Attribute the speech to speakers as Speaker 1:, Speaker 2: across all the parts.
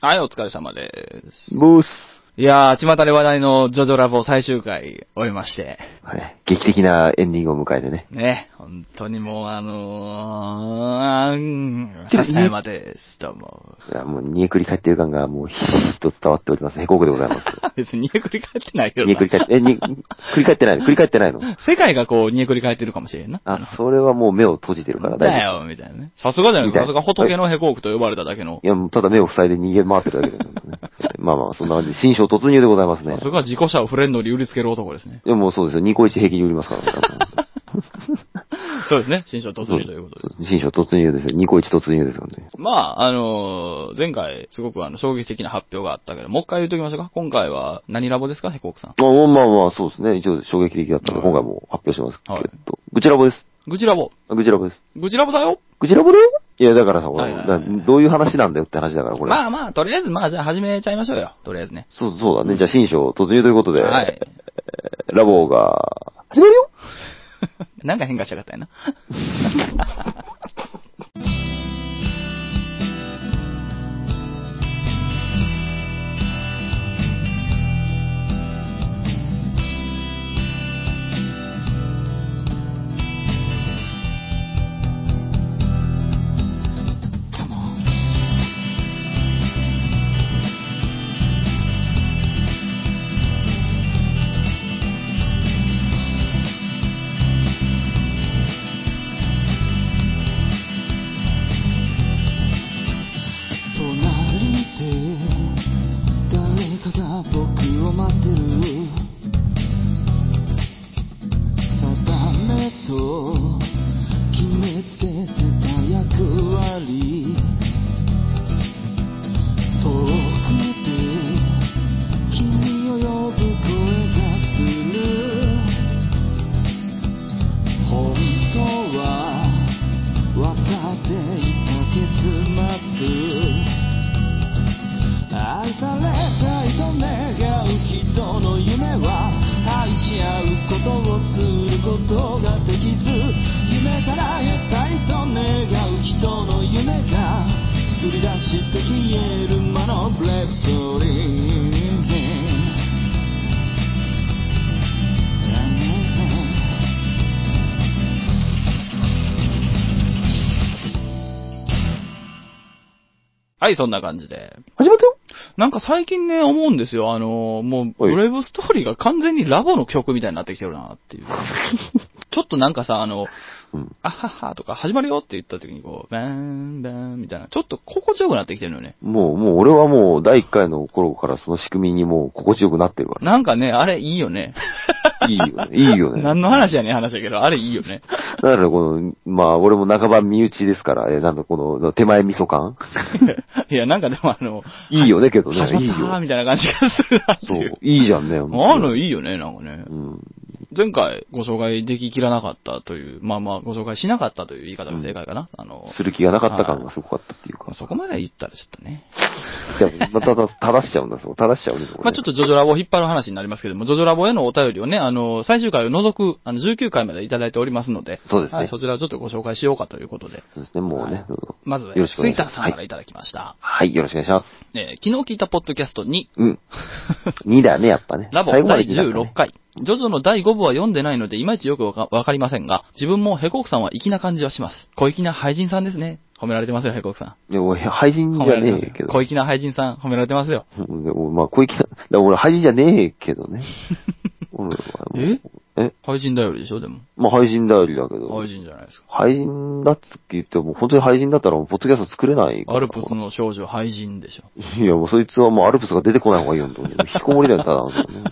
Speaker 1: はい、お疲れ様で
Speaker 2: ブース。
Speaker 1: す。いやー、巷で話題のジョジョラボ最終回終えまして。
Speaker 2: はい。劇的なエンディングを迎えてね。
Speaker 1: ね、本当にもうあのー、うん笹山です、どうも。
Speaker 2: いやもう、煮えくり返ってる感が、もう、ひしひしと伝わっております。へこくでございます。
Speaker 1: 別に煮えくり返ってないよ
Speaker 2: 煮え
Speaker 1: な
Speaker 2: くり返って、え、に、くり返ってないのくり返ってないの
Speaker 1: 世界がこう煮えくり返ってるかもしれんな。
Speaker 2: あ、それはもう目を閉じてるから
Speaker 1: だ
Speaker 2: 大丈
Speaker 1: よ、みたいなね。さすがじゃない
Speaker 2: みたい
Speaker 1: さす
Speaker 2: な
Speaker 1: が仏のヘコークと呼ばれただけの
Speaker 2: 夫。い。や、もうただ目を塞いで逃げ回ってるだけだよ、ね。 まあまあ、そんな感じで、新章突入でございますね
Speaker 1: さ。すが自己者をフレンドに売りつける男ですね。
Speaker 2: いや、もうそうですよ。ニコイチ平気に売りますからね。
Speaker 1: そうですね、新章突入ということで。
Speaker 2: 新章突入ですよ。ニコイチ突入ですよね。
Speaker 1: まあ、あのー前回、すごくあの、衝撃的な発表があったけど、もう一回言うときましょうか。今回は、何ラボですか、ヘコークさん。
Speaker 2: まあまあまあ、そうですね。一応衝撃的だったので、今回も発表しますけ
Speaker 1: はい
Speaker 2: ど。グチラボです。
Speaker 1: グチラボ。
Speaker 2: グチラボです。
Speaker 1: グチラボだよ
Speaker 2: グチラボだよいや、だからさ、
Speaker 1: は
Speaker 2: 俺
Speaker 1: いはい
Speaker 2: だどういう話なんだよって話だから、これ。
Speaker 1: まあまあ、とりあえず、まあじゃあ始めちゃいましょうよ。とりあえずね。
Speaker 2: そう、そうだね。じゃあ、新章突入ということで、
Speaker 1: はい。
Speaker 2: えーラボが、始まるよ
Speaker 1: なんか変化しちゃかったよな。
Speaker 3: 隣で誰かが僕を待ってる定めと決めつけてた役割遠くで君を呼ぶ声がする 本当は分かっていた結末愛されたいと願う人の夢は愛し合うことをすることができず夢から得たいと願う人の夢が売り出して消える魔のブレッドリン
Speaker 1: はい、そんな感じで。
Speaker 2: 始まったよ
Speaker 1: なんか最近ね、思うんですよ。あのーもう、ブ
Speaker 2: はい
Speaker 1: レイブストーリーが完全にラボの曲みたいになってきてるなって いう。ちょっとなんかさ、あの、
Speaker 2: うん。
Speaker 1: あははとか始まるよって言った時にこう、バーン、バーンみたいな、ちょっと心地よくなってきてるのよね。
Speaker 2: もう、もう、俺はもう、第1回の頃からその仕組みにもう、心地よくなってるか
Speaker 1: なんかね、あれいいよね。
Speaker 2: ら。いいよね。いいよ ね。
Speaker 1: 何の話やねん話だけど、あれいいよ ね。
Speaker 2: だから、この、まあ、俺も半ば身内ですから、えーなんだ、この、手前味 噌感
Speaker 1: いや、なんかでもあの、
Speaker 2: いいよね、けどね。
Speaker 1: 始まっ
Speaker 2: いい
Speaker 1: たー
Speaker 2: よ。
Speaker 1: みたいな感じがするなって
Speaker 2: そ
Speaker 1: いう
Speaker 2: う。。いいじゃんね。
Speaker 1: あの、
Speaker 2: い
Speaker 1: いいよね、なんかね
Speaker 2: う。ん。
Speaker 1: 前回ご紹介でききらなかったという、まあまあご紹介しなかったという言い方が正解かな。あの、
Speaker 2: する気がなかった感がすごかったっていうか。
Speaker 1: そこまで言ったらちょっとね。
Speaker 2: いや、また、た正しちゃうんだ、そう。正しちゃうんだ、そこね
Speaker 1: まあちょっとジョジョラボを引っ張る話になりますけども、ジョジョラボへのお便りをね、あの、最終回を除く、あの、19回までいただいておりますので、
Speaker 2: そうですね
Speaker 1: はい、そちらをちょっとご紹介しようかということで。
Speaker 2: そうですね、もうね。うん
Speaker 1: まず、
Speaker 2: よ
Speaker 1: ツ
Speaker 2: ろしくお願
Speaker 1: イ
Speaker 2: い
Speaker 1: ッ
Speaker 2: し
Speaker 1: タ
Speaker 2: ま
Speaker 1: ー
Speaker 2: す
Speaker 1: さんからいただきました。
Speaker 2: はい、よろしくお願いします。
Speaker 1: えー昨日聞いたポッドキャストに、
Speaker 2: うん。2だね、やっぱね。
Speaker 1: ラボ
Speaker 2: 最後ま
Speaker 1: 第
Speaker 2: で聞いたからね
Speaker 1: 16。回。ジョジョの第5部は読んでないので、いまいちよくわかわかりませんが、自分もヘコークさんは粋な感じはします。小粋な俳人さんですね。褒められてますよ、ヘコークさ
Speaker 2: いや、俺、配信
Speaker 1: ん。
Speaker 2: じ
Speaker 1: 褒め
Speaker 2: ゃ
Speaker 1: られてま
Speaker 2: ね
Speaker 1: す
Speaker 2: えけ
Speaker 1: よ。
Speaker 2: ど。
Speaker 1: 小粋な俳人さん、褒められてますよ。
Speaker 2: うんでもまあ、小池さん、 だから俺、配信じゃねえけど ね。俺はもうえ
Speaker 1: 俳人だよりでしょ、でも。
Speaker 2: まあ、配信だよりだけど
Speaker 1: 俳。人じゃないですか。
Speaker 2: 配信だって言っても、本当に配信だったら、もうポッドキャスト作れないから
Speaker 1: アルプスの少女、俳人でしょ。
Speaker 2: いや、もうそいつはもうアルプスが出てこない方がいいよ、本当 に。引きこもりだよ、ただ本当にね。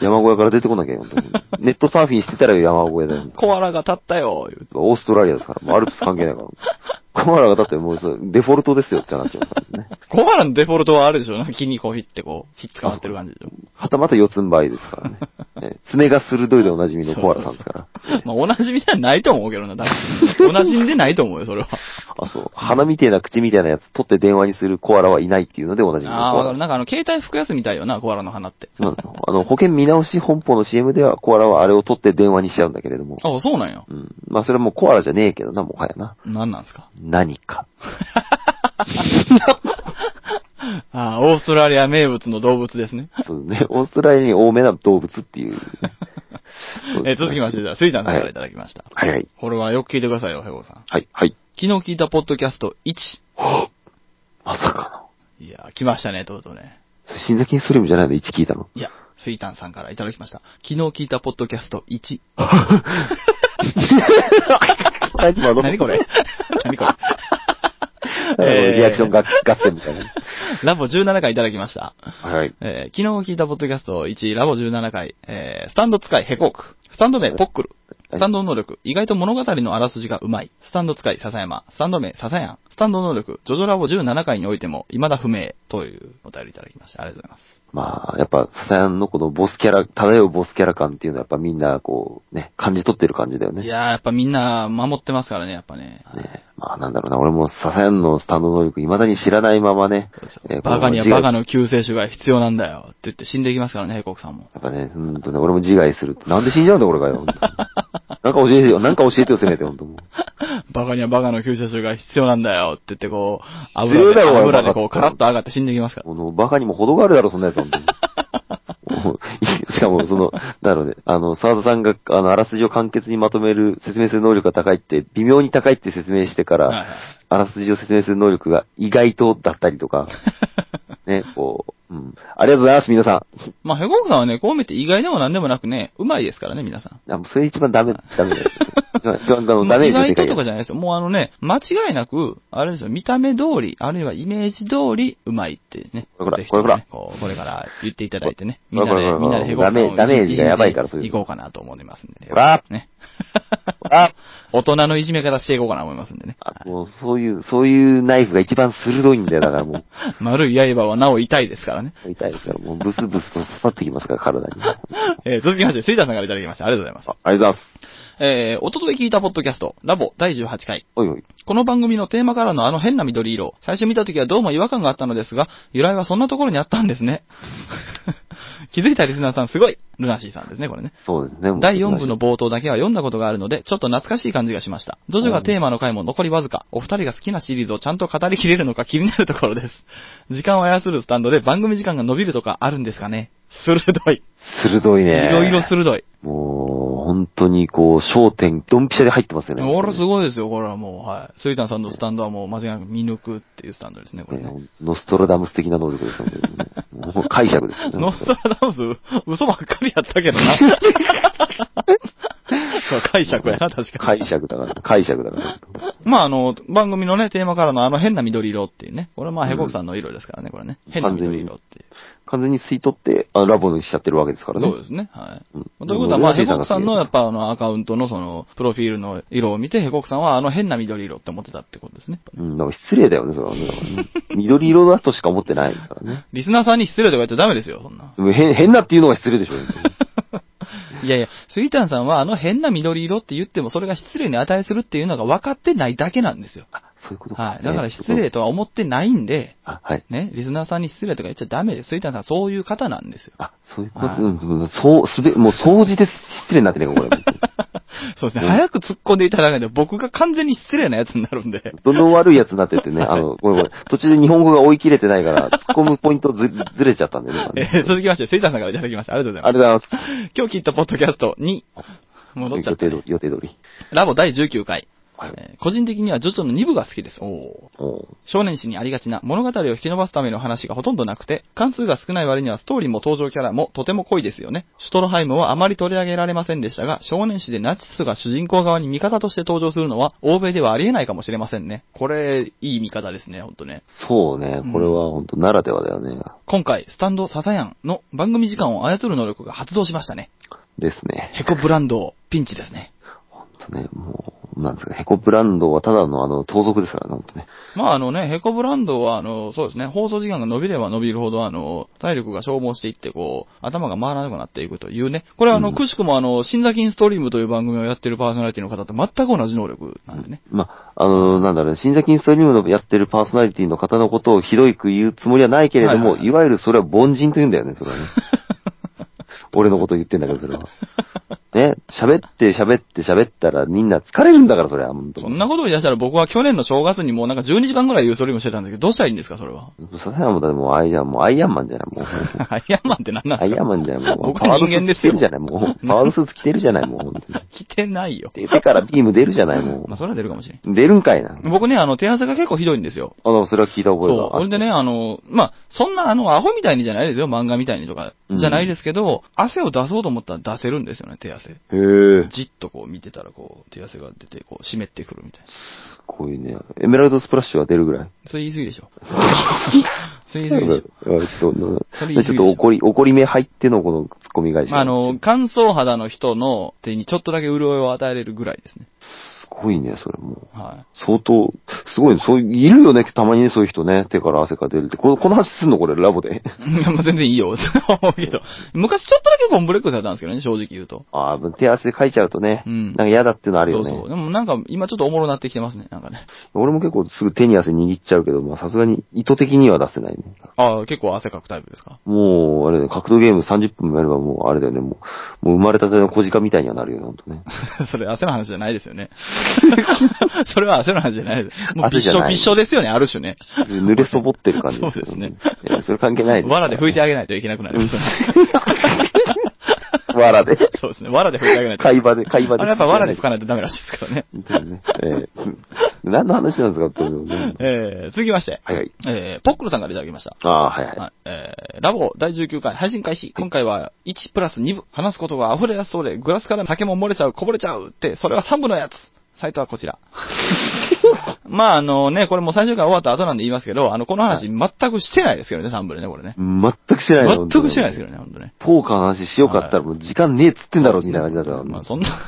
Speaker 2: 山小屋から出てこなきゃいいよ、本当に。ネットサーフィンしてたら山小屋だよ。
Speaker 1: コアラが立ったよ、言う
Speaker 2: オーストラリアですから、もうアルプス関係ない から。コアラがだってもうそうデフォルトですよってなっちゃうからね。
Speaker 1: コアラのデフォルトはあるでしょなんか木にこう、ひってこう、ひっつかまってる感じでしょ。
Speaker 2: はたまた四つん這いですからね。ね爪が鋭いでおなじみのコアラさんですから。
Speaker 1: まあ、同じみたいにないと思うけどな、多分。 同じんでないと思うよ、それは。
Speaker 2: あ、そう。鼻みてえな口みたいなやつ取って電話にするコアラはいないっていうのでおなじみのコ
Speaker 1: ああ、わ
Speaker 2: ア
Speaker 1: か
Speaker 2: ラ
Speaker 1: る。。なんかあの、携帯服やすみたいよな、コアラの花って。
Speaker 2: そうなんですよあの、保険見直し本舗の CM ではコアラはあれを取って電話にしちゃうんだけれ ども。
Speaker 1: ああ、そうなんや。
Speaker 2: うん。まあ、それはもうコアラじゃねえけどな、もはやな。
Speaker 1: なんなんすか
Speaker 2: 何か。
Speaker 1: あーオーストラリア名物の動物ですね。
Speaker 2: そうですね。オーストラリアに多めな動物っていう。
Speaker 1: えー続きまして、じゃあ、スイダンさんからいただきました。
Speaker 2: はいはい。
Speaker 1: これはよく聞いてくださいよ、ヘゴさん。
Speaker 2: はい、はい。
Speaker 1: 昨日聞いたポッドキャスト1。
Speaker 2: はぁまさか
Speaker 1: いやー、来ましたね、とうとうね。
Speaker 2: の。それ新崎スリムじゃないの ?1 聞いたの。
Speaker 1: いや、スイタンさんからいただきました。昨日聞いたポッドキャスト1。
Speaker 2: 今の
Speaker 1: 何これ 何 こ
Speaker 2: え
Speaker 1: れ
Speaker 2: ーリアクションが
Speaker 1: が
Speaker 2: 合戦みたいな。
Speaker 1: ラボ17回いただきました。
Speaker 2: はい。
Speaker 1: えー昨日聞いたポッドキャスト1、ラボ17回、えースタンド使いヘコーク。スタンド名ポックル。スタンド能力、意外と物語のあらすじがうまい。スタンド使い笹山。スタンド名笹山。スタンド能力、ジョジョラボ17回においても、未だ不明。というお便りいただきました。ありがとうございます。
Speaker 2: まあ、やっぱ、笹山のこのボスキャラ、漂うボスキャラ感っていうのはやっぱみんなこう、ね、感じ取ってる感じだよね。
Speaker 1: いやー、やっぱみんな守ってますからね、やっぱね。
Speaker 2: ね、まあなんだろうな、俺も笹山のスタンド能力未だに知らないままね、えー
Speaker 1: バカには
Speaker 2: この自
Speaker 1: バ
Speaker 2: 害
Speaker 1: カの救世主が必要なんだよ。って言って死んでいきますからね、ヘコークさん も。
Speaker 2: やっぱね、うんとね、俺も自害するって。なんで死んじゃうんだ、俺 がよ。なんか教えてよ、なんか教えてよ、せめて、ほんともう。
Speaker 1: バカにはバカの救世主が必要なんだよ。って言ってこう、
Speaker 2: 必要
Speaker 1: 油で、
Speaker 2: だろ
Speaker 1: 油でこう、
Speaker 2: バカ
Speaker 1: カラッと上がって死んでいきますから。
Speaker 2: この、バカにも程があるだろ、そんなやつ、ほんとに。もうしかも、その、なので、あの、沢田さんが、あの、あらすじを簡潔にまとめる、説明する能力が高いって、微妙に高いって説明してか
Speaker 1: はい
Speaker 2: ら、
Speaker 1: はい
Speaker 2: あらすじを説明する能力が意外とだったりとか、ね、こう、うん。ありがとうございます、皆さ
Speaker 1: まあ、ヘコークさんはね、こう見て意外でも何でもなくね、うまいですからね、皆さん。
Speaker 2: ん。あもうそれ一番ダメ、ダメだよ。一番、あのダメ
Speaker 1: 意
Speaker 2: ですよ、
Speaker 1: 外とと
Speaker 2: 世界
Speaker 1: かじゃないですよ。もうあのね、間違いなく、あれですよ、見た目通り、あるいはイメージ通り、うまいってね。
Speaker 2: ほら
Speaker 1: ぜひ
Speaker 2: ほら
Speaker 1: と
Speaker 2: ほ
Speaker 1: も
Speaker 2: ら
Speaker 1: ねこうこれから言っていただいてね。み
Speaker 2: ほ
Speaker 1: ん
Speaker 2: ら
Speaker 1: な
Speaker 2: ほら
Speaker 1: で、
Speaker 2: ほら
Speaker 1: みんなでヘコークさんを
Speaker 2: ダメダメージがやばいから
Speaker 1: い
Speaker 2: そ
Speaker 1: じ
Speaker 2: う
Speaker 1: め
Speaker 2: い
Speaker 1: て
Speaker 2: う
Speaker 1: いこうかなと思いますんでね。
Speaker 2: ほら
Speaker 1: ね。
Speaker 2: あ
Speaker 1: 大人のいじめ方していこうかなと思いますんでね。
Speaker 2: あもう、そういう、そういうナイフが一番鋭いんだよ、だからも
Speaker 1: 丸い刃はなお 痛いですからね。
Speaker 2: う。痛いですから、もうブスブスと刺さってきますから、体に。あ
Speaker 1: えー続きまして、スイダさんからいただきました。ありがとうございます。
Speaker 2: ありがとうございます。
Speaker 1: えー、おととい聞いたポッドキャスト、ラボ第18回。
Speaker 2: おいおい。
Speaker 1: この番組のテーマカラーのあの変な緑色、最初見た時はどうも違和感があったのですが、由来はそんなところにあったんですね。 気づいたリスナーさんすごいルナシーさんですね、これね。
Speaker 2: そうですね。もう
Speaker 1: 第4部の。冒頭だけは読んだことがあるので、ちょっと懐かしい感じがしました。ジョジョがテーマの回も残りわずか、お二人が好きなシリーズをちゃんと語りきれるのか気になるところです。時間を操るスタンドで番組時間が伸びるとかあるんですかね鋭い。
Speaker 2: 鋭い
Speaker 1: い
Speaker 2: ね。
Speaker 1: ろいろ鋭い。
Speaker 2: もう、本当にこう、焦点、ドンピシャで入ってますよね。
Speaker 1: 俺すごいですよ、これはもう、はい。スイタンさんのスタンドはもう間違いなく見抜くっていうスタンドですね、これね。
Speaker 2: ねノストラダムス的な能力ですよね。もう解釈ですよね。
Speaker 1: ノストラダムス、嘘ばっかりやったけど な。そう解釈やな、確かに。
Speaker 2: 解釈だから、解釈だから。
Speaker 1: まあ、あの、番組のね、テーマからのあの変な緑色っていうね。これまあ、ヘコクさんの色ですからね、これね。変な緑色っていう。
Speaker 2: 完全に吸い取って、あラボにしちゃってるわけですからね。
Speaker 1: そうですね、はい。
Speaker 2: うん
Speaker 1: ということは、まあ、
Speaker 2: で
Speaker 1: ヘ
Speaker 2: も
Speaker 1: コクさんのやっぱあのアカウントのその、プロフィールの色を見て、ヘコクさんはあの変な緑色って思ってたってことですね。
Speaker 2: うん、なんか失礼だよね、それは ね。だからね緑色だとしか思ってないからね。
Speaker 1: リスナーさんに失礼とか言っちゃダメですよ、そん な。
Speaker 2: でも変、変なっていうのが失 礼でしょ。
Speaker 1: いやいや、スイタンさんはあの変な緑色って言ってもそれが失礼に値するっていうのが分かってないだけなんですよ。
Speaker 2: そういうことか、
Speaker 1: はい。だから失礼。とは思ってないんで、
Speaker 2: あ、はい。
Speaker 1: ね、リスナーさんに失礼とか言っちゃダメです。スイタンさんそういう方なんですよ。
Speaker 2: あ、そういうこと、
Speaker 1: はい
Speaker 2: うんうん、そう、すべ、もう掃除で失礼になってね、これ。
Speaker 1: そうですね。
Speaker 2: うん
Speaker 1: 早く突っ込んでいただかないと僕が完全に失礼なやつになるんで。
Speaker 2: どんどん悪いやつになってってね、あの、ごめんごめん。途中で日本語が追い切れてないから、突っ込むポイントず、ずれちゃったんだ よね。
Speaker 1: えー
Speaker 2: 今ね
Speaker 1: 続きまして、スイタンさんからいただきました。ありがとうござ
Speaker 2: あ
Speaker 1: いま
Speaker 2: りがとうござい
Speaker 1: す。今日聞いたポッドキャスト2。戻
Speaker 2: ま
Speaker 1: っ
Speaker 2: す。
Speaker 1: ちゃ
Speaker 2: 予
Speaker 1: った
Speaker 2: 定。通り、予定通り。
Speaker 1: ラボ第19回。
Speaker 2: はい。
Speaker 1: えー個人的にはジョジョの2部が好きです。おー。
Speaker 2: おう
Speaker 1: 少年誌にありがちな物語を引き伸ばすための話がほとんどなくて、関数が少ない割にはストーリーも登場キャラもとても濃いですよね。シュトロハイムはあまり取り上げられませんでしたが、少年誌でナチスが主人公側に味方として登場するのは、欧米ではありえないかもしれませんね。これ、いい見方ですね、ほんとね。
Speaker 2: そうね、これは本当ならではだよね。
Speaker 1: 今回、スタンドササヤンの番組時間を操る能力が発動しましたね。
Speaker 2: ですね。
Speaker 1: ヘコブランドをピンチですね。
Speaker 2: 本当ね、もう、なんですかね、ヘコブランドはただのあの、盗賊ですからね、本当ね。
Speaker 1: まああのね、ヘコブランドはあの、そうですね、放送時間が伸びれば伸びるほどあの、体力が消耗していってこう、頭が回らなくなっていくというね。これはあの、
Speaker 2: うん
Speaker 1: くしくもあの、新座金ストリームという番組をやってるパーソナリティの方と全く同じ能力なん でね。
Speaker 2: まあ、あの、なんだろうね、新崎インストリームのやってるパーソナリティの方のことをひどいく言うつもりはないけれども、
Speaker 1: はいいはい
Speaker 2: わ ゆるそれは凡人と言うんだよね、それはね。俺のこと言ってんだけど、それは。ね、喋って喋って喋ったらみんな疲れるんだから、それは、本当
Speaker 1: そんなことを言い出したら僕は去年の正月にもうなんか12時間ぐらいユーストリームしてたんだけど、どうしたらいいんですか、それは。
Speaker 2: それはもう、だってもうアイアン、もうアイアンマンじゃない、もう。
Speaker 1: アイアンマンって何なん
Speaker 2: ア
Speaker 1: です
Speaker 2: イ
Speaker 1: か
Speaker 2: アンマンじゃない、もう。
Speaker 1: 僕は人間ですよ
Speaker 2: パワードスーツ着てるじゃない、もう。パワード スーツ着てるじゃない、もう、本当に。
Speaker 1: 来てないよ。
Speaker 2: で手からビーム出るじゃない、も
Speaker 1: まあ、それは出るかもしれん。
Speaker 2: う。出るんかいな。
Speaker 1: 僕ね、あの、手汗が結構ひどいんですよ。
Speaker 2: あの、それは聞いた覚えが
Speaker 1: そう。それでね、あの、まあ、そんな、あの、アホみたいにじゃないですよ。漫画みたいにとか、じゃないですけど、汗を出そうと思ったら出せるんですよね、手汗。
Speaker 2: へえ。
Speaker 1: じっとこう見てたら、こう、手汗が出て、こう、湿ってくるみたいな。
Speaker 2: すごいね。エメラルドスプラッシュは出るぐらい。
Speaker 1: それ言い過ぎでし ょ。それ言い過ぎでしょ。
Speaker 2: あちょっとな
Speaker 1: それ言い過ぎでしょ
Speaker 2: ちょっと怒り、怒り目入ってのこのツッコミ返し。
Speaker 1: まあ、あの、乾燥肌の人の手にちょっとだけ潤いを与えれるぐらいですね。
Speaker 2: すごいね、それもう。
Speaker 1: は
Speaker 2: 相当、すごいね。そういう、いるよね、たまにね、そういう人ね。手から汗が出るって。このこの話すんのこれ、ラボ
Speaker 1: い。
Speaker 2: で。
Speaker 1: いや、まあ、全然いいよ。そう思うけど。昔ちょっとだけコンプレックスだったんですけどね、正直言うと。
Speaker 2: ああ、手汗かいちゃうとね、
Speaker 1: うん
Speaker 2: なんか嫌だっていうのあるよね。
Speaker 1: そうそう。でもなんか、今ちょっとおもろなってきてますね、なんかね。
Speaker 2: 俺も結構すぐ手に汗握っちゃうけど、まあさすがに意図的には出せないね。
Speaker 1: ああ、結構汗かくタイプですか。
Speaker 2: もう、あれだよ、格闘ゲーム30分もやればもう、あれだよね、もう、もう生まれたての小鹿みたいにはなるよね、ほんとね。
Speaker 1: それ汗の話じゃないですよね。 それは汗の話じゃないです。もうびっし
Speaker 2: 汗じゃ
Speaker 1: ょ
Speaker 2: ない
Speaker 1: びっしょですよね、ある種ね。
Speaker 2: 濡れそぼってる感じ
Speaker 1: そうですね
Speaker 2: いやそれ関係ない
Speaker 1: 藁で拭いて
Speaker 2: あ
Speaker 1: あげないといけなくな りますよね。
Speaker 2: げわらで。
Speaker 1: そうですね。藁で拭いてあげないと。
Speaker 2: 会話で、会話で。
Speaker 1: あれやっぱ藁で拭かないとダメらしいですからね。
Speaker 2: 本当にねええ何の話なんですかって思うね
Speaker 1: えー、続きまして。
Speaker 2: はいはい。
Speaker 1: えー、ポックルさんからいただきました。
Speaker 2: ああ、はいは
Speaker 1: はい、えー、ラボ第19回配信開始。今回は1プラス2部。話すことが溢れ出すそうで、グラスから酒も漏れちゃう、こぼれちゃうって、それは3部のやつ。サイトはこち ら。まああのね、これもう最終回終わった後なんで言いますけど、あの、この話全くしてないですけどね、3部でね、これね。
Speaker 2: い。全くしてない
Speaker 1: 全くしてないです
Speaker 2: よ。
Speaker 1: けどね、ほんとね。
Speaker 2: ポーカーの話しようかったらもう時間ねえっつってんだろ、みたいな感じだった
Speaker 1: まあ
Speaker 2: ら。、
Speaker 1: そんな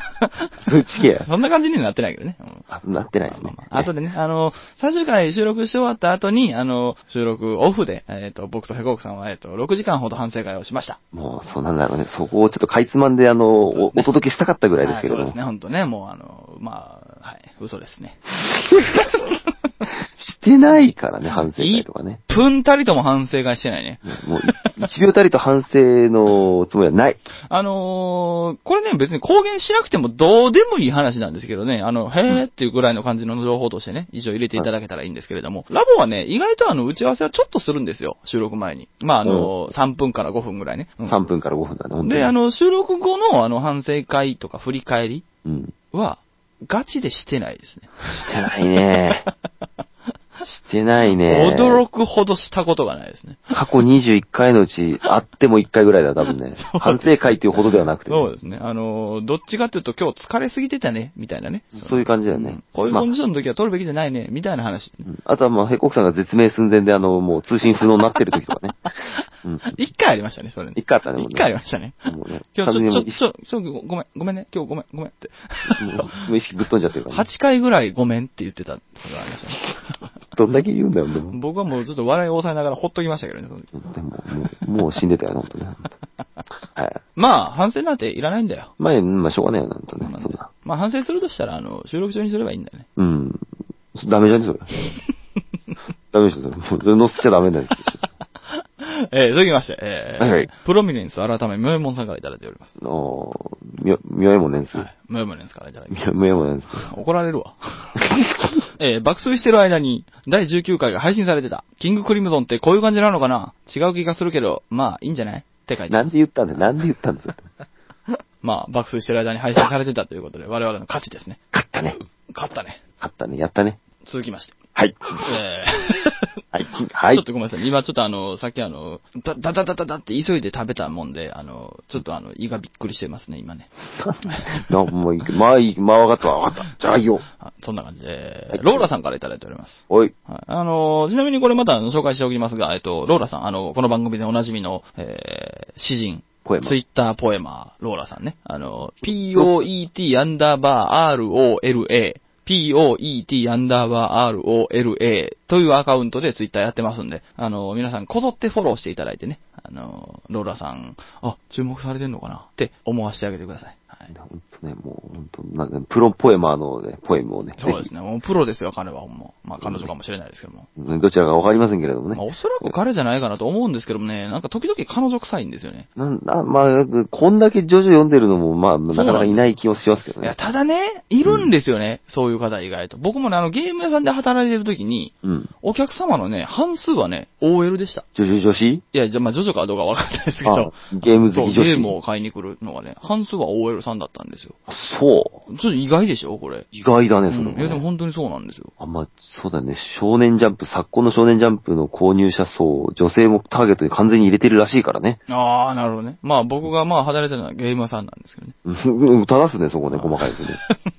Speaker 2: ぶちけ や
Speaker 1: そんな感じにはなってないけどね。うん
Speaker 2: あなってないですね。
Speaker 1: あとでね、あの、最終回収録し終わった後に、あの、収録オフで、えっ、と、僕とヘコークさんは、えっ、と、6時間ほど反省会をしました。
Speaker 2: もう、そうなんだろうね。そこをちょっとかいつまんで、あの、おお届けしたかったぐらいですけど
Speaker 1: はいそう
Speaker 2: も。
Speaker 1: ですね、本当ね、もうあの、まあ、はい、嘘です ね。
Speaker 2: してないからね、反省会とかね。
Speaker 1: 1分たりとも反省会してないね。
Speaker 2: もう、1秒たりと反省のつもりはない。
Speaker 1: あのー、これね、別に公言しなくてもどうでもいい話なんですけどね、あの、へーっていうぐらいの感じの情報としてね、一応入れていただけたらいいんですけれども、ラボはね、意外とあの、打ち合わせはちょっとするんですよ、収録前に。まあ、あのー、3分から5分ぐらいね。うん
Speaker 2: 3分から5分だね、本当に。
Speaker 1: で、あ、の、収録後のあの、反省会とか振り返り
Speaker 2: うん。
Speaker 1: は、ガチでしてないですね。
Speaker 2: してないね。 してないね。
Speaker 1: 驚くほどしたことがないですね。
Speaker 2: 過去21回のうち、あっても1回ぐらいだ、多分ね。反省会っていうほどではなくて。
Speaker 1: そうですね。あの、どっちかっていうと今日疲れすぎてたね、みたいなね。
Speaker 2: そういう感じだよ
Speaker 1: う
Speaker 2: ね
Speaker 1: ん。こういう
Speaker 2: まあ
Speaker 1: コンディションの時は取るべきじゃないね、みたいな話。
Speaker 2: うんあとは、まあ、ヘコクさんが絶命寸前で、あの、もう通信不能になってる時とかね。うん。
Speaker 1: 一回ありましたね、それね。
Speaker 2: 一回あったね、もうね
Speaker 1: 一回ありましたね。
Speaker 2: もうね
Speaker 1: 今日ち
Speaker 2: 完全にも
Speaker 1: ょ、
Speaker 2: う意
Speaker 1: ちょ、ちょ、ちょ、ごめん、ごめんね。今日ごめん、ごめんって。
Speaker 2: もう意識ぶっ飛んじ ゃってるから、ね。
Speaker 1: 8回ぐらいごめんって言ってたことがありましたね。
Speaker 2: どんだけ言うんだよ、でも。
Speaker 1: 僕はもうちょっと笑いを抑えながらほっときましたけどね、その時
Speaker 2: でも、もう、もう死んでたよ、ほんとね。はい。
Speaker 1: まあ、反省なんていらないんだよ。
Speaker 2: まあ、うんまあ、しょうがないよ、なんと
Speaker 1: そ
Speaker 2: ね
Speaker 1: うなん。だ
Speaker 2: そん
Speaker 1: よ
Speaker 2: な。
Speaker 1: まあ、反省するとしたら、あの、収録中にすればいいんだよね。
Speaker 2: うん。ダメじゃね、それ。ダメでしょ、それ。もう、それ乗せちゃダメだよ。
Speaker 1: えー、続きまして、えー
Speaker 2: はいはい
Speaker 1: プロミネンス改め、ムエモンさんからいただいております。
Speaker 2: あのー、みよ、みよえもねんす。
Speaker 1: はい。ムエモンですからいた だきま
Speaker 2: み
Speaker 1: す。
Speaker 2: よみよえもねんす。
Speaker 1: 怒られるわ。 えー爆睡してる間に、第19回が配信されてた。キングクリムゾンってこういう感じなのかな違う気がするけど、まあ、いいんじゃないって書いて
Speaker 2: な
Speaker 1: あ
Speaker 2: ん
Speaker 1: る。
Speaker 2: で言ったんだよ、なんで言ったんだよ。
Speaker 1: まあ、爆睡してる間に配信されてたということで、我々の勝ちですね。
Speaker 2: 勝ったね。
Speaker 1: 勝ったね。
Speaker 2: 勝ったね、やったね。
Speaker 1: 続きまして。
Speaker 2: はい。
Speaker 1: えー
Speaker 2: はい、は
Speaker 1: ちょっ
Speaker 2: い。
Speaker 1: とごめんなさい。今ちょっとあの、さっきあの、だ、だだだだだって急いで食べたもんで、あの、ちょっとあの、胃がびっくりしてますね、今 ね。
Speaker 2: なもういいまあいい、まあわかったわ、わかった。じゃあいいよ。
Speaker 1: あそんな感じで
Speaker 2: はい、
Speaker 1: ローラさんからいただいております。
Speaker 2: おい。
Speaker 1: はい。あの、ちなみにこれまたあの紹介しておきますが、えっと、ローラさん、あの、この番組でおなじみの、えー、詩人。
Speaker 2: ポエマ
Speaker 1: ツイッターポエマー、ローラさんね。あの、poet アンダーバー rola。poet アンダーバー rola というアカウントでツイッターやってますんで、あの、皆さんこぞってフォローしていただいてね、あの、ローラさん、あ、注目されてんのかなって思わせてあげてください。はい。
Speaker 2: ほんとね、もう、ほんと、なんかプロ、ポエマーのね、ポエムをね、
Speaker 1: そうです
Speaker 2: ね。
Speaker 1: ね。もうプロですよ、彼は、ほんま。まあ、彼女かもしれないですけども。
Speaker 2: どちらかわかりませんけれども
Speaker 1: まあ、
Speaker 2: ね。
Speaker 1: おそらく彼じゃないかなと思うんですけどもね、なんか時々彼女臭いんですよね。
Speaker 2: なんだ、まあ、こんだけ徐々読んでるのも、まあ、なかなかいない気もしますけど
Speaker 1: いや、
Speaker 2: ね。
Speaker 1: ただね、いるんですよね、そういう方意外と。僕もね、あの、ゲーム屋さんで働いてる時に、
Speaker 2: うん。
Speaker 1: お客様のね、半数はね、OL でした。
Speaker 2: ジョジョ女子
Speaker 1: いや、じゃあ、まあ、ジョジョかどうかわかんないですけど。
Speaker 2: あゲーム好き
Speaker 1: そう
Speaker 2: 女子
Speaker 1: ゲームを買いに来るのがね、半数は OL さんだったんですよ。
Speaker 2: そう。
Speaker 1: ちょっと意外でしょこれ。
Speaker 2: 意外だね、それ
Speaker 1: う
Speaker 2: も、
Speaker 1: んいや、でも本当にそうなんですよ。
Speaker 2: あんま、そうだね、少年ジャンプ、昨今の少年ジャンプの購入者層、女性もターゲットに完全に入れてるらしいからね。
Speaker 1: ああ、なるほどね。まあ、僕がまあ、働いてるのはゲーム屋さんなんですけどね。
Speaker 2: うん正すね、そこね、細かいですね。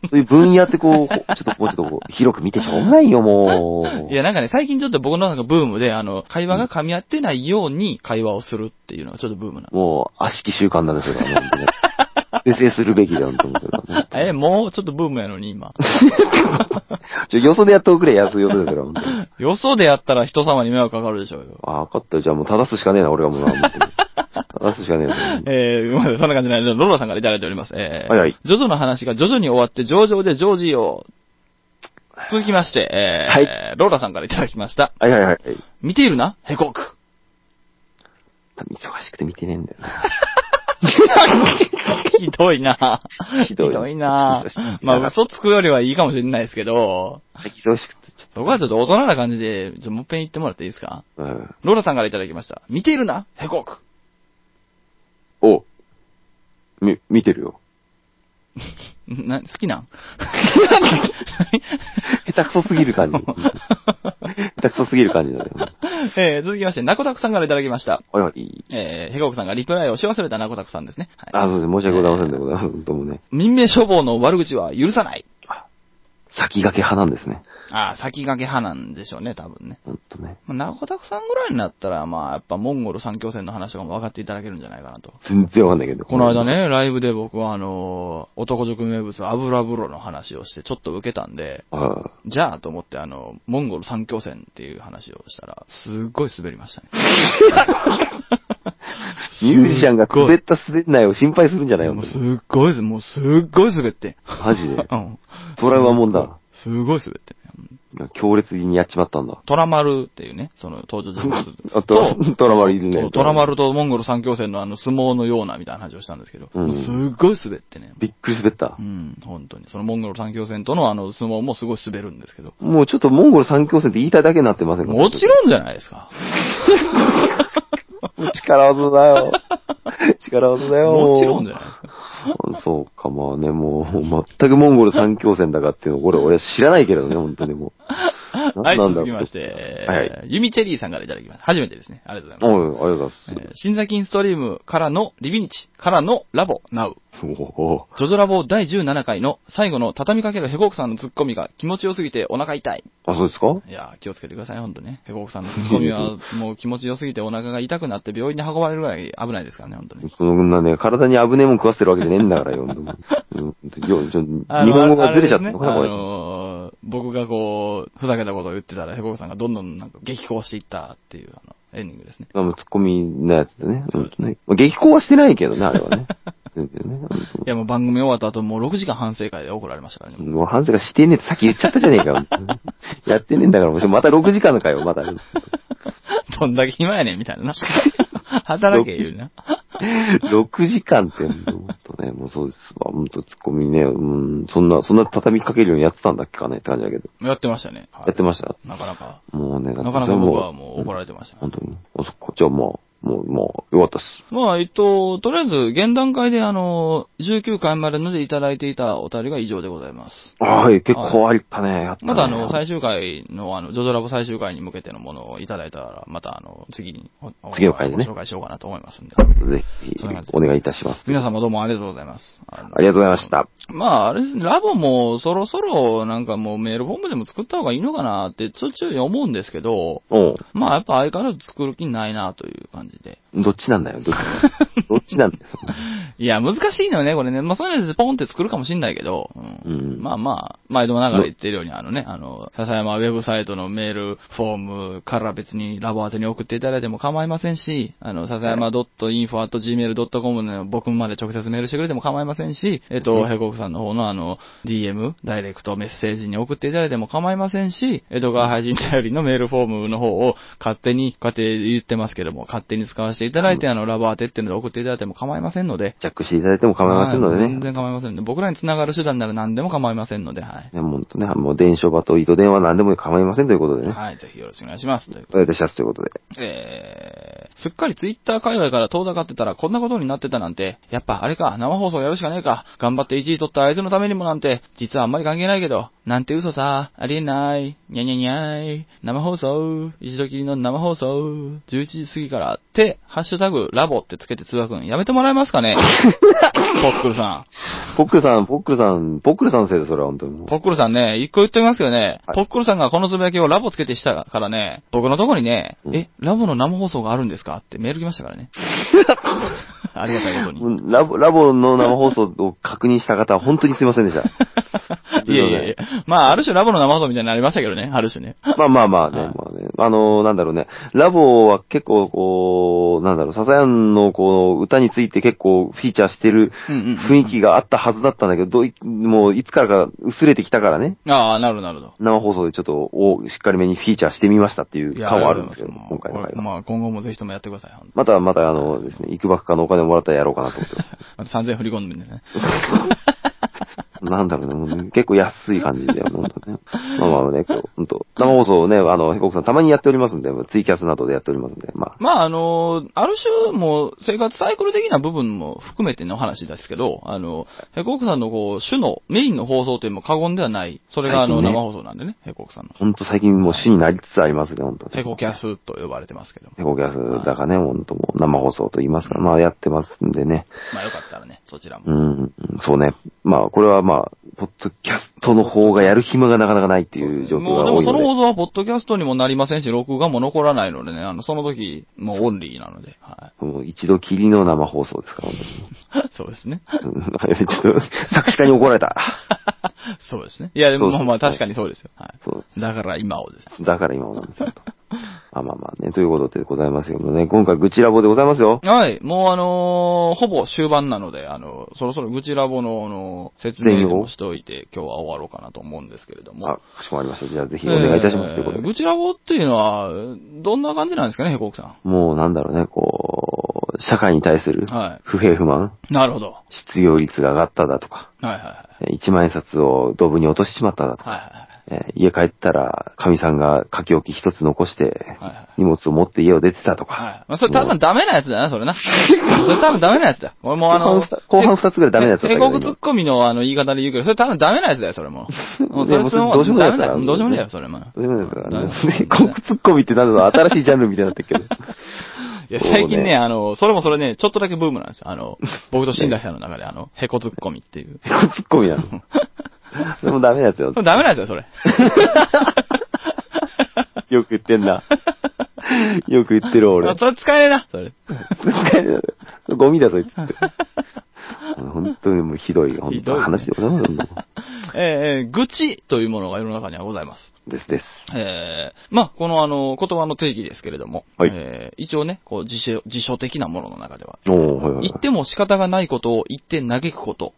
Speaker 2: そういう分野ってこう、ちょっともうちょっとこう広く見てしょうがないよ、もう。
Speaker 1: いや、なんかね、最近ちょっと僕のなんかブームで、あの、会話が噛み合ってないように会話をするっていうのがちょっとブームなの。
Speaker 2: もう、悪しき習慣なんですよ、ね、本当ね是正するべきだよ、と思うけどね。
Speaker 1: え、もうちょっとブームやのに、今。
Speaker 2: ちょ、よそでやっておくれ、やつよそでだから、本当に
Speaker 1: よそでやったら人様に迷惑かかるでしょうよ。
Speaker 2: あ、分かったよ。じゃあもう正すしかねえな、俺がもうな。本当に正すしかねえな。
Speaker 1: えー、ごめんなさいそんな感じなんで、ロロさんからいただいております。えー、
Speaker 2: はいはい
Speaker 1: ジョジョの話が徐々に終わって上々でジョージを。続きまして、えー、
Speaker 2: は
Speaker 1: ローラさんからいただきました。
Speaker 2: はいはいはい。
Speaker 1: 見ているなヘコーク。
Speaker 2: 多分忙しくて見てねえんだよな。
Speaker 1: ひどいな
Speaker 2: ひどい
Speaker 1: なまあ、嘘つくよりはいいかもしれないですけど、
Speaker 2: 最近忙しくて、ち
Speaker 1: そこはちょっと大人な感じで、ちょ、もっぺん言ってもらっていいですか
Speaker 2: ょっと、うん。
Speaker 1: ローラさんからいただきました。見ているな ヘコーク。
Speaker 2: おみ、見てるよ。
Speaker 1: な、好きなん
Speaker 2: 下手くそすぎる 感じ。下手くそすぎる感じだね。
Speaker 1: えー、続きまして、ナコタクさんからいただきました。
Speaker 2: はいはい。
Speaker 1: えー、ヘコークさんがリプライをし忘れたナコタクさんですね。はい、
Speaker 2: あ、そうです。申し訳ございませんでございます。本当もね。
Speaker 1: 民命処方の悪口は許さない。
Speaker 2: 先駆け派なんですね。
Speaker 1: ああ、先駆け派なんでしょうね、多分ね。
Speaker 2: 本当ね。
Speaker 1: まあ、ナコタクさんぐらいになったら、まあ、やっぱモンゴル三強戦の話とかも分かっていただけるんじゃないかなと。
Speaker 2: 全然わかんないけど。
Speaker 1: この間。ね、ライブで僕はあのー、男塾名物油風呂の話をしてちょっと受けたんで、
Speaker 2: ああ。
Speaker 1: じゃあと思ってあの、モンゴル三強戦っていう話をしたら、すっごい滑りましたね。
Speaker 2: ミュージシャンが滑った滑んないを心配するんじゃないよ。
Speaker 1: もうす
Speaker 2: 本
Speaker 1: っごいです、もうすっごい滑って。
Speaker 2: 当にマジで。
Speaker 1: うん。
Speaker 2: トラウマもんだ。
Speaker 1: すごい滑ってね。うん
Speaker 2: 強烈にやっちまったんだ。
Speaker 1: トラマルっていうね、その登場人物
Speaker 2: あと、トラマルいる
Speaker 1: そ
Speaker 2: ね
Speaker 1: う。トラマルとモンゴル三強戦のあの相撲のようなみたいな話をしたんですけど、
Speaker 2: うん
Speaker 1: すっごい滑ってね。
Speaker 2: びっくり滑った
Speaker 1: う。ん、本当に。そのモンゴル三強戦とのあの相撲もすごい滑るんですけど。
Speaker 2: もうちょっとモンゴル三強戦って言いたいだけになってませんか
Speaker 1: もちろんじゃないですか。
Speaker 2: ろん力技だよ。力技だよ。
Speaker 1: もちろんじゃないですか。
Speaker 2: そうか、まあね、もう、全くモンゴル三強戦だかっていうの、これ俺は知らないけれどね、本当にも う。
Speaker 1: はい、
Speaker 2: なんだ
Speaker 1: 続
Speaker 2: ろう
Speaker 1: きまして、
Speaker 2: はい
Speaker 1: えーユミチェリーさんからいただきました。初めてですね。ありがとうございま。
Speaker 2: おい、ありがとうございます
Speaker 1: えー新座金ストリームからのリビニチからのラボナウ。
Speaker 2: す。おお
Speaker 1: ジョジョラボ第17回の最後の畳みかけるヘコークさんのツッコミが気持ちよすぎてお腹痛い。
Speaker 2: あ、そうですか
Speaker 1: いやー、気をつけてください、ほんとね。ヘコークさんのツッコミはもう気持ちよすぎてお腹が痛くなって病院に運ばれるぐらい危ないですからね、ほんとに。
Speaker 2: そんなね、体に危ねえもん食わせてるわけじゃねえんだからよ、本当にうんよちょ日
Speaker 1: あの
Speaker 2: 本語がずれちゃったのかな、
Speaker 1: あ
Speaker 2: こ
Speaker 1: れ
Speaker 2: れ
Speaker 1: ですね。あのー僕がこう、ふざけたことを言ってたら、ヘコクさんがどんどんなんか激高していったっていう、あの、エンディングですね。
Speaker 2: あの、ツッコミのやつでね。うんねまあ激高はしてないけどね、あれは ね。全然ね。うん
Speaker 1: いや、もう番組終わった後、もう6時間反省会で怒られましたからね。
Speaker 2: もう反省がしてねえってさっき言っちゃったじゃねえかよ。やってねえんだから、もうまた6時間のかよ、また。
Speaker 1: どんだけ暇やねん、みたいな な。働け、言うな。
Speaker 2: 6時間って、本当ね、もうそうですわ。本当ツッコミね、うん、そんな、そんな畳みかけるようにやってたんだっけかねって感じだけど。
Speaker 1: やってましたね。はい
Speaker 2: やってました
Speaker 1: なかなか、
Speaker 2: もうね、
Speaker 1: なかなか僕はもう怒られてました。
Speaker 2: 本当に。あ、そっか。じゃあもう、もう、もう、よかったっす。
Speaker 1: まあ、えっと、とりあえず、現段階であの、19回までのでいただいていたお便りが以上でございます。
Speaker 2: あはい、結構ありったね。やったね
Speaker 1: またあの、最終回の、あの、ジョジョラボ最終回に向けてのものをいただいたら、またあの、次にお、お
Speaker 2: 次の回でね
Speaker 1: ご紹介しようかなと思いますんで。
Speaker 2: ぜひ、お願いいたします。
Speaker 1: 皆様どうもありがとうございます。あの
Speaker 2: ありがとうございました。
Speaker 1: まあ、あれですね、ラボもそろそろなんかもうメールフォームでも作った方がいいのかなって、ちょいちょい思うんですけど、
Speaker 2: おう
Speaker 1: まあやっぱ相変わらず作る気ないなという感感じで。
Speaker 2: どっちなんだよ、ど っち。どっちなんだよ、そんない
Speaker 1: や、難しいのよね、これね。まあ、そういうのでポンって作るかもしんないけど、うん。
Speaker 2: うん
Speaker 1: まあまあ、前でもながら言ってるように、あのね、あの、笹山ウェブサイトのメールフォームから別にラボ宛てに送っていただいても構いませんし、あの、笹山 .info.gmail.com の僕まで直接メールしてくれても構いませんし、えっと、ヘコクさんの方のあの、DM、ダイレクトメッセージに送っていただいても構いませんし、江戸川配信頼りのメールフォームの方を勝手に、こうやって言ってますけども、勝手に使わせていただいて、あの、ラバーテっていうので送っていただいても構いませんので、
Speaker 2: チャックしていただいても構いませんの
Speaker 1: はい
Speaker 2: で
Speaker 1: 全
Speaker 2: ね。
Speaker 1: 然構いませんので、僕らに繋がる手段なら何でも構いませんので、はい。
Speaker 2: ね、もうほんとね、もう電書場と糸電話何でも構いませんということでね。
Speaker 1: はい、ぜひよろしくお願いします。というこ
Speaker 2: お願いいたしますということで。
Speaker 1: とでえー、すっかりツイッター界隈から遠ざかってたらこんなことになってたなんて、やっぱあれか、生放送やるしかねえか、頑張って1位取ったあいつのためにもなんて、実はあんまり関係ないけど、なんて嘘さ、ありえない、にゃにゃにゃい、生放送、一度きりの生放送、11時過ぎからって、ハッシュタグ、ラボってつけて通話くん、やめてもらえますか ねポックルさん。
Speaker 2: ポックルさん、ポックルさん、ポックルさんのせいでそれは本当にもう。
Speaker 1: ポックルさんね、一個言っておきますけどね、
Speaker 2: はい
Speaker 1: ポックルさんがこのつぶやきをラボつけてしたからね、僕のとこにね、
Speaker 2: うん
Speaker 1: え、ラボの生放送があるんですかってメール来ましたから ね。ありがたいことに。
Speaker 2: ラボ、ラボの生放送を確認した方は本当にすいません でした。
Speaker 1: いやいやいや。まあ、ある種ラボの生放送みたいになりましたけどね、ある種ね。
Speaker 2: まあまあまあね、
Speaker 1: はい
Speaker 2: まあね。あのーなんだろうね。ラボは結構、こう、なんだろう、ササヤンのこう、歌について結構フィーチャーしてる
Speaker 1: うんうんうん
Speaker 2: 雰囲気があったはずだったんだけど、どういもういつからか薄れてきたからね。
Speaker 1: ああ、なるほどなるほど。
Speaker 2: 生放送でちょっと、おしっかりめにフィーチャーしてみましたっていう感はあるんですけど、
Speaker 1: いや
Speaker 2: 今回の回は。
Speaker 1: まあ、今後もぜひともやってください。ほんと
Speaker 2: また、また、あのですね、いくばくかのお金もらったらやろうかなと思ってます。
Speaker 1: あと3000振り込んでみ てね。
Speaker 2: なんだろうね、もうね結構安い感じで、本当ね。 まあまあね、今日、本当生放送をね、あの、ヘコクさんたまにやっておりますんで、ツイキャスなどでやっておりますんで、まあ。
Speaker 1: まあ、あの、ある種、もう、生活サイクル的な部分も含めての話ですけど、あの、ヘコークさんのこう、主の、メインの放送というのも過言ではない、それがあの、
Speaker 2: 最近ね
Speaker 1: 生放送なんでね、ヘコークさんの。
Speaker 2: ほんと最近もう主になりつつありますね、ほんと。
Speaker 1: ヘコキャスと呼ばれてますけども。
Speaker 2: ヘコキャスだかね、ほんともう生放送と言いますから、まあやってますんでね。
Speaker 1: まあ、よかったらね、そちら
Speaker 2: う
Speaker 1: も。
Speaker 2: ん、そうね。まあこれはまあ、ポッドキャストの方がやる暇がなかなかないっていう状況
Speaker 1: もう、で
Speaker 2: が多
Speaker 1: も
Speaker 2: い
Speaker 1: その放
Speaker 2: ので。
Speaker 1: 送は、ポッドキャストにもなりませんし、録画も残らないのでね、あの、その時、もうオンリーなので、は
Speaker 2: もう一度きりの生放送ですから、
Speaker 1: い。 そうですね。
Speaker 2: ほんとにうん ちょっと、作詞家に怒られた。
Speaker 1: そうですね。いや、でも、
Speaker 2: そ
Speaker 1: ま
Speaker 2: うそ
Speaker 1: あ
Speaker 2: う
Speaker 1: まあ、確かにそうですよ。は
Speaker 2: そう
Speaker 1: い。だから、今をです。
Speaker 2: だから今もなんですよ。まあまあまあね、ということでございますけどね、今回愚痴ラボでございますよ。
Speaker 1: はい、もうあのーほぼ終盤なので、あの、そろそろ愚痴ラボの、あの、説明でもしておいて、今日は終わろうかなと思うんですけれども。
Speaker 2: あ、かしこまりました。じゃあぜひお願いいたしま
Speaker 1: え
Speaker 2: す、
Speaker 1: ー
Speaker 2: ということで。
Speaker 1: 愚痴ラボっていうのは、どんな感じなんですかね、ヘコークさ
Speaker 2: もうなんだろうね、こう、社会に対する
Speaker 1: は
Speaker 2: 不平不満、
Speaker 1: ん。なるほど。は
Speaker 2: 失業率が上がっただとか、
Speaker 1: いはいはい。
Speaker 2: えー1万円札をドブに落としちまっただとか、
Speaker 1: はいはいはい。
Speaker 2: えー家帰ったら、神さんが書き置き一つ残して
Speaker 1: はいはい、
Speaker 2: 荷物を持って家を出てたとか。
Speaker 1: はい。まあ、それ多
Speaker 2: も
Speaker 1: 分
Speaker 2: う
Speaker 1: ダメなやつだな、それ な。それ多分ダメなやつだ。これもうあの
Speaker 2: 後半二、後半二つぐらいダメなやつだった
Speaker 1: 英
Speaker 2: けど。
Speaker 1: 国ツッコミのあの言い方で言うけど、それ多分ダメなやつだよ、それももう
Speaker 2: いやもうそれどうしようも
Speaker 1: ダ
Speaker 2: ないや
Speaker 1: メ
Speaker 2: つ
Speaker 1: だ
Speaker 2: だ
Speaker 1: よ。どうしようもないよ、それも。
Speaker 2: どういうこと ですか
Speaker 1: ダメだ
Speaker 2: ね。広告ツッコミってなんだろう新しいジャンルみたいになってるけど。
Speaker 1: いや、
Speaker 2: そう
Speaker 1: 最近ね、あの、それもそれね、ちょっとだけブームなんですよ。あ の、僕と新大さんの中で、あの、ヘコツッコミっていう。
Speaker 2: 広告ツッコミなの。それもダメなやつよ
Speaker 1: そ。れダメなんですよ、それ。
Speaker 2: よく言ってんな。よく言ってる俺
Speaker 1: あ。それ使えねえな、それ。
Speaker 2: ゴミだぞ、いつって。本当にもうひどい、本
Speaker 1: ひどい
Speaker 2: 当
Speaker 1: ね
Speaker 2: 話でございますよも
Speaker 1: えーえー、愚痴というものが世の中にはございます。
Speaker 2: うですです。
Speaker 1: えー、まあ、このあの、言葉の定義ですけれども、
Speaker 2: はい
Speaker 1: えー、一応ね、こう、辞書、辞書的なものの中では、
Speaker 2: おー、はいはいはい
Speaker 1: 言っても仕方がないことを言って嘆くこと、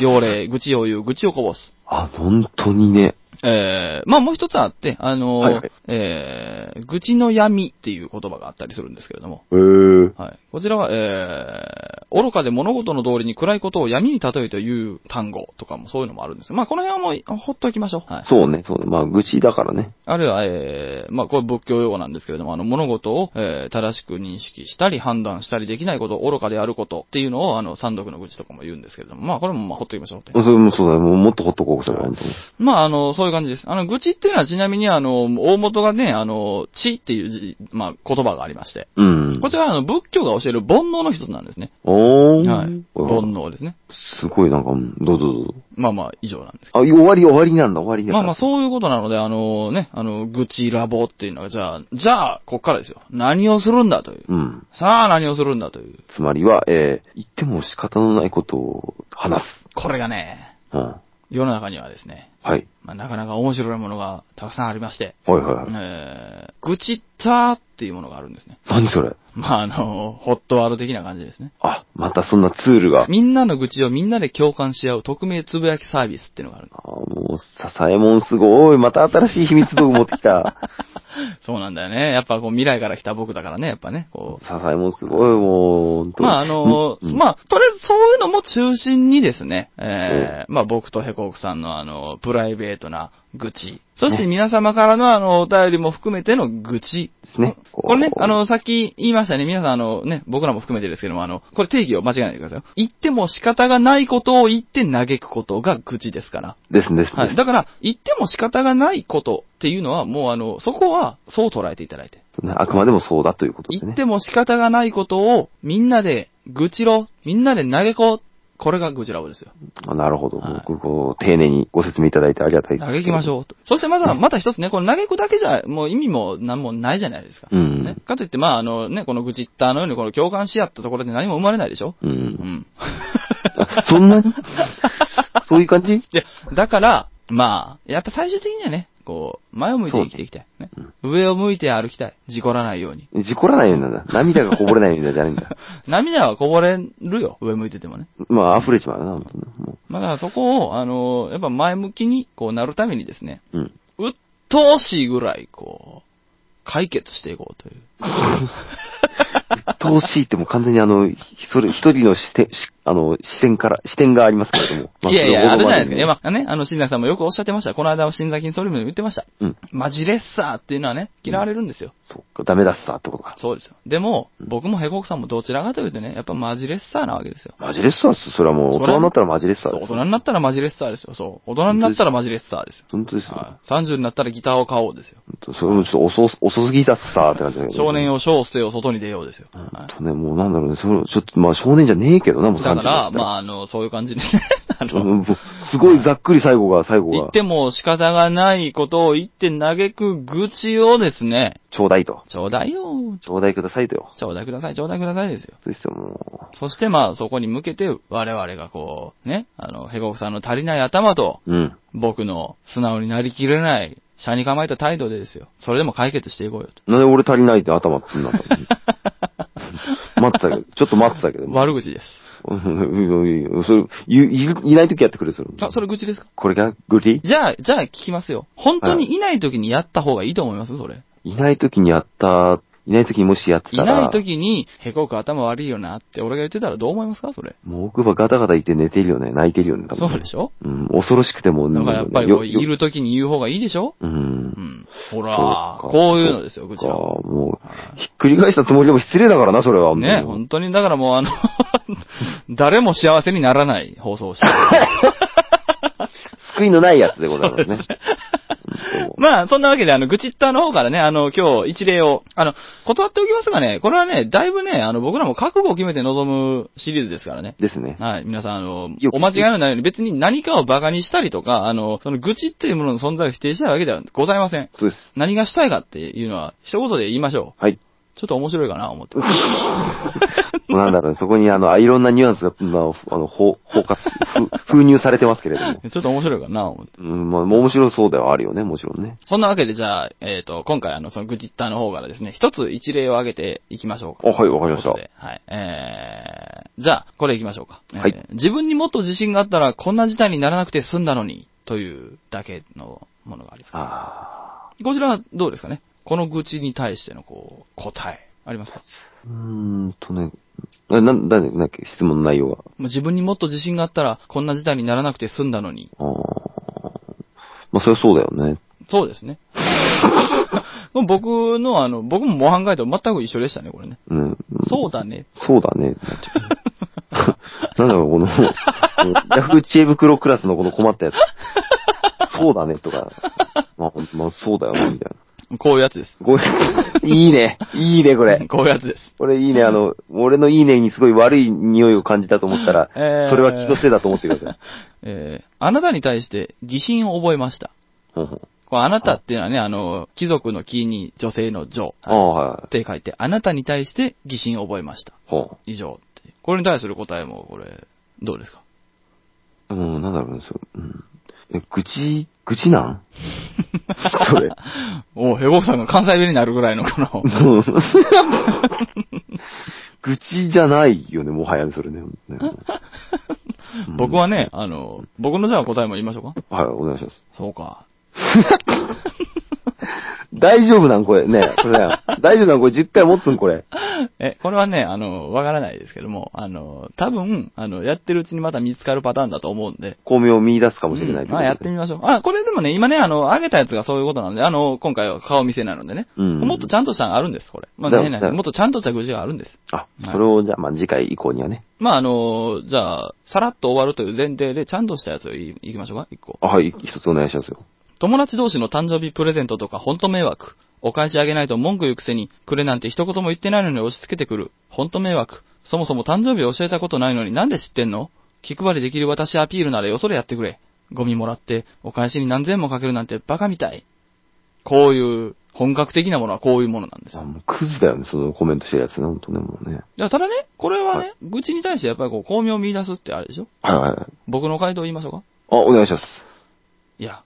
Speaker 1: 要例、愚痴を言う、愚痴をこぼす。
Speaker 2: あ、本当にね。
Speaker 1: えー、まあもう一つあって、あのー
Speaker 2: はいはい
Speaker 1: えー、愚痴の闇っていう言葉があったりするんですけれども、
Speaker 2: へー。
Speaker 1: はい。こちらは、えー、愚かで物事の通りに暗いことを闇に例えという単語とかもそういうのもあるんですまあこの辺はもうほっときましょう。はい。
Speaker 2: そうね、そうね。まあ、愚痴だからね。
Speaker 1: あるいは、えー、まあこれ仏教用語なんですけれども、あの物事を、えー、正しく認識したり判断したりできないこと、愚かであることっていうのを、あの、三毒の愚痴とかも言うんですけれども、まあこれもまあほっときましょうって
Speaker 2: そ。れもそうだね。もうもっとほっとこう、それは本当に。
Speaker 1: まあ、あの、そういう感じです。あの、愚痴っていうのはちなみに、あの、大元がね、あの、知っていう字、まあ、言葉がありまして。
Speaker 2: うん。
Speaker 1: こちらは、あの、仏教が教える煩悩の一つなんですね。
Speaker 2: おおー。
Speaker 1: はい。
Speaker 2: お
Speaker 1: 煩悩ですね。
Speaker 2: すごいなんか、うんどうぞどうぞ。
Speaker 1: まあまあ、以上なんですけ
Speaker 2: あ、終わり終わりなんだ、終わり
Speaker 1: ど。
Speaker 2: な
Speaker 1: ま
Speaker 2: んだ。
Speaker 1: あまあ、そういうことなので、あのね、あの、愚痴ラボっていうのは、じゃあ、じゃあ、こっからですよ。何をするんだという。
Speaker 2: うん。
Speaker 1: さあ、何をするんだという。
Speaker 2: つまりは、えー、言っても仕方のないことを話す。
Speaker 1: これがね、
Speaker 2: うん。
Speaker 1: 世の中にはですね、
Speaker 2: はい。
Speaker 1: まあ、なかなか面白いものがたくさんありまして、
Speaker 2: はいはいはい。
Speaker 1: えー、愚痴ったーっていうものがあるんですね。
Speaker 2: 何それ
Speaker 1: まあ、あの、ホットワード的な感じですね。
Speaker 2: あ、またそんなツールが。
Speaker 1: みんなの愚痴をみんなで共感し合う匿名つぶやきサービスっていうのがあるの。
Speaker 2: あもう、笹右衛門すごい。また新しい秘密道具持って きた。
Speaker 1: そうなんだよね。やっぱこう未来から来た僕だからね、やっぱね、こう。
Speaker 2: 笹右衛門すごい、もう、本当に
Speaker 1: まああの、
Speaker 2: うん
Speaker 1: まあ、とりあえずそういうのも中心にですね、えー、まあ僕とヘコークさんのあの、プライベートな愚痴、そして皆様からのあの、お便りも含めての愚痴。
Speaker 2: ですねこう
Speaker 1: これね、あの、さっき言いましたね、皆さんあのね、僕らも含めてですけども、あの、これ定義を間違えないでくださいよ。言っても仕方がないことを言って嘆くことが愚痴ですから。
Speaker 2: ですね、です
Speaker 1: はい。
Speaker 2: ね。
Speaker 1: だから、言っても仕方がないことっていうのは、もうあの、そこは、そう捉えていただいて。
Speaker 2: あくまでもそうだということです
Speaker 1: 言っ
Speaker 2: ね。
Speaker 1: ても仕方がないことを、みんなで愚痴ろう、みんなで嘆こう。これが愚痴ラボですよ。
Speaker 2: あなるほど。
Speaker 1: はい
Speaker 2: こうこう丁寧にご説明いただいてありがたいです。
Speaker 1: 嘆きましょうと。そしてまだ、また一つね、この嘆くだけじゃ、もう意味も何もないじゃないですか。
Speaker 2: うん
Speaker 1: ね、かといって、まあ、あのね、この愚痴ったのように、この共感し合ったところで何も生まれないでしょ
Speaker 2: う。
Speaker 1: うんん。
Speaker 2: あそんなにそういう 感じ
Speaker 1: いや、だから、まあ、やっぱ最終的にはね、こう、前を向いて生きていきたい。ね
Speaker 2: そうね
Speaker 1: 上を向いて歩きたい。事故らないように。
Speaker 2: 事故らないようになるんだ。涙がこぼれないようになるんじゃ ないんだ。
Speaker 1: 涙はこぼれるよ、上向いててもね。
Speaker 2: まあ、溢れちまうな、本当にも
Speaker 1: まあ、だからそこを、あのーやっぱ前向きに、こうなるためにですね、
Speaker 2: う。うん。
Speaker 1: 鬱陶しいぐらい、こう、解決していこうという。
Speaker 2: 投資ってもう完全にあの、ひそれ、一人の視点、しあの、視点から、視点がありますけれども。ま
Speaker 1: いやいや、あるじゃないですか。いや、
Speaker 2: ま
Speaker 1: まあね、あの、新崎さんもよくおっしゃってました。この間、新崎ソリムでも言ってました。
Speaker 2: それをオーバーにうん。
Speaker 1: マジレッサーっていうのはね、嫌われるんですよ。
Speaker 2: そっか、ダメだっさってことか。
Speaker 1: そうですよ。でも、僕もヘコクさんもどちらかというとね、やっぱマジレッサーなわけですよ。
Speaker 2: マジレッサーっす。それはもう、大人になったらマジレッサ
Speaker 1: そう
Speaker 2: ーで
Speaker 1: 大
Speaker 2: す。
Speaker 1: 人になったらマジレッサーですよ。そう。大人になったらマジレッサーですよ。
Speaker 2: 本当ですよ。
Speaker 1: はい。30になったらギターを買おうですよ。
Speaker 2: 本当それもちょっと遅す、遅すぎだっさって感じだけど
Speaker 1: 少年を小生を外に出ようですよ。
Speaker 2: うん
Speaker 1: はい
Speaker 2: とね、もうなんだろうね、それ、ちょっと、まあ少年じゃねえけどな、もう
Speaker 1: だから、ま
Speaker 2: あ、
Speaker 1: あ、あの、そういう感じで ね。あ
Speaker 2: うん
Speaker 1: の、
Speaker 2: もうすごいざっくり最後が、最後
Speaker 1: 言
Speaker 2: が
Speaker 1: っ、ても仕方がないことを言って嘆く愚痴をですね、
Speaker 2: ちょうだいと。
Speaker 1: ちょうだいよ。
Speaker 2: ちょうだいくださいとよ。
Speaker 1: ちょうだいください、ちょうだいくださいですよ。
Speaker 2: そしても
Speaker 1: そしてまあ、そこに向けて我々がこう、ね、あの、ヘゴクさんの足りない頭と、
Speaker 2: う、うん。
Speaker 1: 僕の素直になりきれない、車に構えた態度でですよ。それでも解決していこうよと。
Speaker 2: なんで俺足りないって頭ってなったの 待ってたけど、ちょっと待ってたけど。
Speaker 1: 悪口です。
Speaker 2: うんそれ、い、いいないときやってくれ、それ。
Speaker 1: あ、それ愚痴ですか
Speaker 2: これがグリ
Speaker 1: じゃあ、じゃあ聞きますよ。本当にいない時にやった方がいいと思いますそれ。
Speaker 2: いないときにやった、いないときにもしやって
Speaker 1: い
Speaker 2: たら、
Speaker 1: ない時に、へこく頭悪いよなって俺が言ってたらどう思いますかそれ。
Speaker 2: もう奥歯ガタガタいて寝てるよね、泣いてるよね、多分
Speaker 1: そ
Speaker 2: ね
Speaker 1: うでしょ
Speaker 2: うん、恐ろしくてもう、
Speaker 1: だからやっぱりこう、い
Speaker 2: よよ
Speaker 1: る時に言う方がいいでしょ
Speaker 2: う。
Speaker 1: うんん。ほら
Speaker 2: そ、か
Speaker 1: こういうのですよ、
Speaker 2: そ
Speaker 1: こ
Speaker 2: っ
Speaker 1: ちらは。
Speaker 2: かもう、ひっくり返したつもりでも失礼だからな、それは。
Speaker 1: ね、
Speaker 2: もう
Speaker 1: 本当に、だからもうあの、 誰も幸せにならない放送をしてる。
Speaker 2: 救いのないやつでございますね。うん
Speaker 1: まあ、そんなわけで、あの、愚痴ったの方からね、あの、今日一例を、あの、断っておきますがね、これはね、だいぶね、あの、僕らも覚悟を決めて臨むシリーズですからね。
Speaker 2: ですね。
Speaker 1: はい。皆さん、あの
Speaker 2: よ、く
Speaker 1: お間違いのないように、別に何かを馬鹿にしたりとか、あの、その愚痴っていうものの存在を否定したいわけではございません。
Speaker 2: そうです。
Speaker 1: 何がしたいかっていうのは、一言で言いましょ
Speaker 2: はい。
Speaker 1: う。ちょっと面白いかな、思って。
Speaker 2: なんだろうね、そこにあの、あいろんなニュアンスが、まああの、包包括、ふ封入されてますけれども。
Speaker 1: ちょっと面白いかな、思って。
Speaker 2: うん、まあ、面白そうではあるよね、もちろんね。
Speaker 1: そんなわけで、じゃあ、えっ、と、今回、あの、その愚痴ったの方からですね、一つ一例を挙げていきましょうか。
Speaker 2: あ、はい、わかりまし
Speaker 1: ということではい。えー、じゃあ、これいきましょうか。えー
Speaker 2: はい
Speaker 1: 自分にもっと自信があったら、こんな事態にならなくて済んだのに、というだけのものがあります
Speaker 2: た。。あ
Speaker 1: こちらはどうですかねこの愚痴に対しての、こう、答え、ありますか
Speaker 2: ーうーんとね、えなん、だ、なんだっけ、質問の内容が。
Speaker 1: まあ自分にもっと自信があったら、こんな事態にならなくて済んだのに。
Speaker 2: あーまあ、それはそうだよね。
Speaker 1: そうですね。 僕の、あの、僕も模範解答全く一緒でしたね、これね。
Speaker 2: うん。
Speaker 1: そうだね。
Speaker 2: そうだね。なんだろう、この、ヤフー知恵袋クラスのこの困ったやつ。そうだね、とか。まあ、ほんまあ、そうだよね、みたい
Speaker 1: こういうやつです。
Speaker 2: こういいね。いいね、これ。
Speaker 1: こういうやつです。
Speaker 2: これいいね、あの、俺のいいねにすごい悪い匂いを感じたと思ったら、
Speaker 1: えー
Speaker 2: それは気のせいだと思ってください。
Speaker 1: えー、あなたに対して疑心を覚えました。
Speaker 2: ほんほん
Speaker 1: こうあなたっていうのはね、あの、貴族の木に女性の女
Speaker 2: ああ、は
Speaker 1: っ
Speaker 2: い。
Speaker 1: て書いて、あなたに対して疑心を覚えました。
Speaker 2: ほ
Speaker 1: 以上って。これに対する答えも、これ、どうですか
Speaker 2: う。うん、なんだろうね、そう。うん。え、愚痴、愚痴なん それ。
Speaker 1: おうヘボクさんが関西弁になるぐらいのこの
Speaker 2: う、ん愚痴じゃないよね、もはやね、それね。ね
Speaker 1: 僕はね、あの、僕のじゃあ答えも言いましょうか。
Speaker 2: はい、お願いします。
Speaker 1: そうか。
Speaker 2: 大丈夫なんこれ。ねこれね大丈夫なんこれ10回持つんこれ。
Speaker 1: え、これはね、あの、わからないですけども、あの、多分、あの、やってるうちにまた見つかるパターンだと思うんで。
Speaker 2: 巧妙を見出すかもしれない、
Speaker 1: うんまあ、やってみましょう。あ、これでもね、今ね、あの、上げたやつがそういうことなんで、あの、今回は顔見せなのでね。
Speaker 2: うん
Speaker 1: もっとちゃんとしたのあるんです、これ。まあ、
Speaker 2: だ
Speaker 1: ね、ね
Speaker 2: だ
Speaker 1: もっとちゃんとした愚痴があるんです。
Speaker 2: あ、それをじゃあ、まあ次回以降にはね。
Speaker 1: まあ、あの、じゃあ、さらっと終わるという前提で、ちゃんとしたやつを言い言いきましょうか、一個。
Speaker 2: あ、はい、一つお願いしますよ。
Speaker 1: 友達同士の誕生日プレゼントとかほんと迷惑。お返しあげないと文句言うくせに、くれなんて一言も言ってないのに押し付けてくる。ほんと迷惑。そもそも誕生日教えたことないのになんで知ってんの気配りできる私アピールならよそれやってくれ。ゴミもらって、お返しに何千もかけるなんてバカみたい。こういう、本格的なものはこういうものなんです
Speaker 2: あ、
Speaker 1: よ。
Speaker 2: もうクズだよね、そのコメントしてるやつね、ほんとね、もうね。
Speaker 1: だからただね、これはね、
Speaker 2: はい
Speaker 1: 愚痴に対してやっぱりこう、巧妙を見出すってあれでしょ
Speaker 2: はいはいはい。
Speaker 1: 僕の回答言いましょうか
Speaker 2: あ、お願いします。
Speaker 1: いや、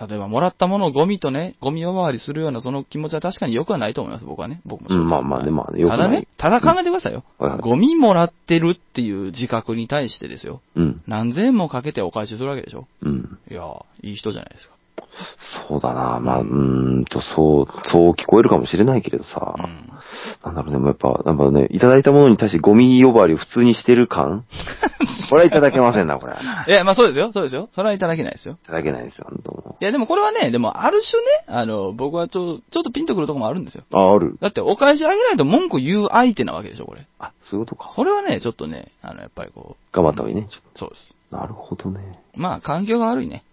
Speaker 1: 例えばもらったものをゴミとね、ゴミ呼ばわりするようなその気持ちは確かに良くはないと思います、僕はね。僕も
Speaker 2: うんまあまあねまあね良く
Speaker 1: た
Speaker 2: ない
Speaker 1: だね、ただ考えてくださいよ。
Speaker 2: はいはい
Speaker 1: ゴミもらってるっていう自覚に対してですよ。
Speaker 2: うん。
Speaker 1: 何千円もかけてお返しするわけでしょ。
Speaker 2: うん。
Speaker 1: いやー、いい人じゃないですか。
Speaker 2: そうだな、まあ、うーんと、そう、そう聞こえるかもしれないけれどさ。
Speaker 1: うん。
Speaker 2: なんだろうね、もうやっぱ、なんかね、いただいたものに対してゴミ呼ばわりを普通にしてる 感これはいただけませんな、これ。
Speaker 1: い
Speaker 2: い
Speaker 1: や、まあそうですよ、そうですよ。それはいただけないですよ。
Speaker 2: ただけないですよ、ほんとも
Speaker 1: いや、でもこれはね、でもある種ね、あの、僕はちょ、ちょっとピンとくるとこもあるんですよ。
Speaker 2: う。あ、ある。
Speaker 1: だってお返しあげないと文句言う相手なわけでしょ、これ。
Speaker 2: あ、そういうことか。
Speaker 1: それはね、ちょっとね、あの、やっぱりこう、
Speaker 2: 頑張った方がいいね。ちょっ
Speaker 1: そうです。
Speaker 2: となるほどね。
Speaker 1: まあ、環境が悪いね。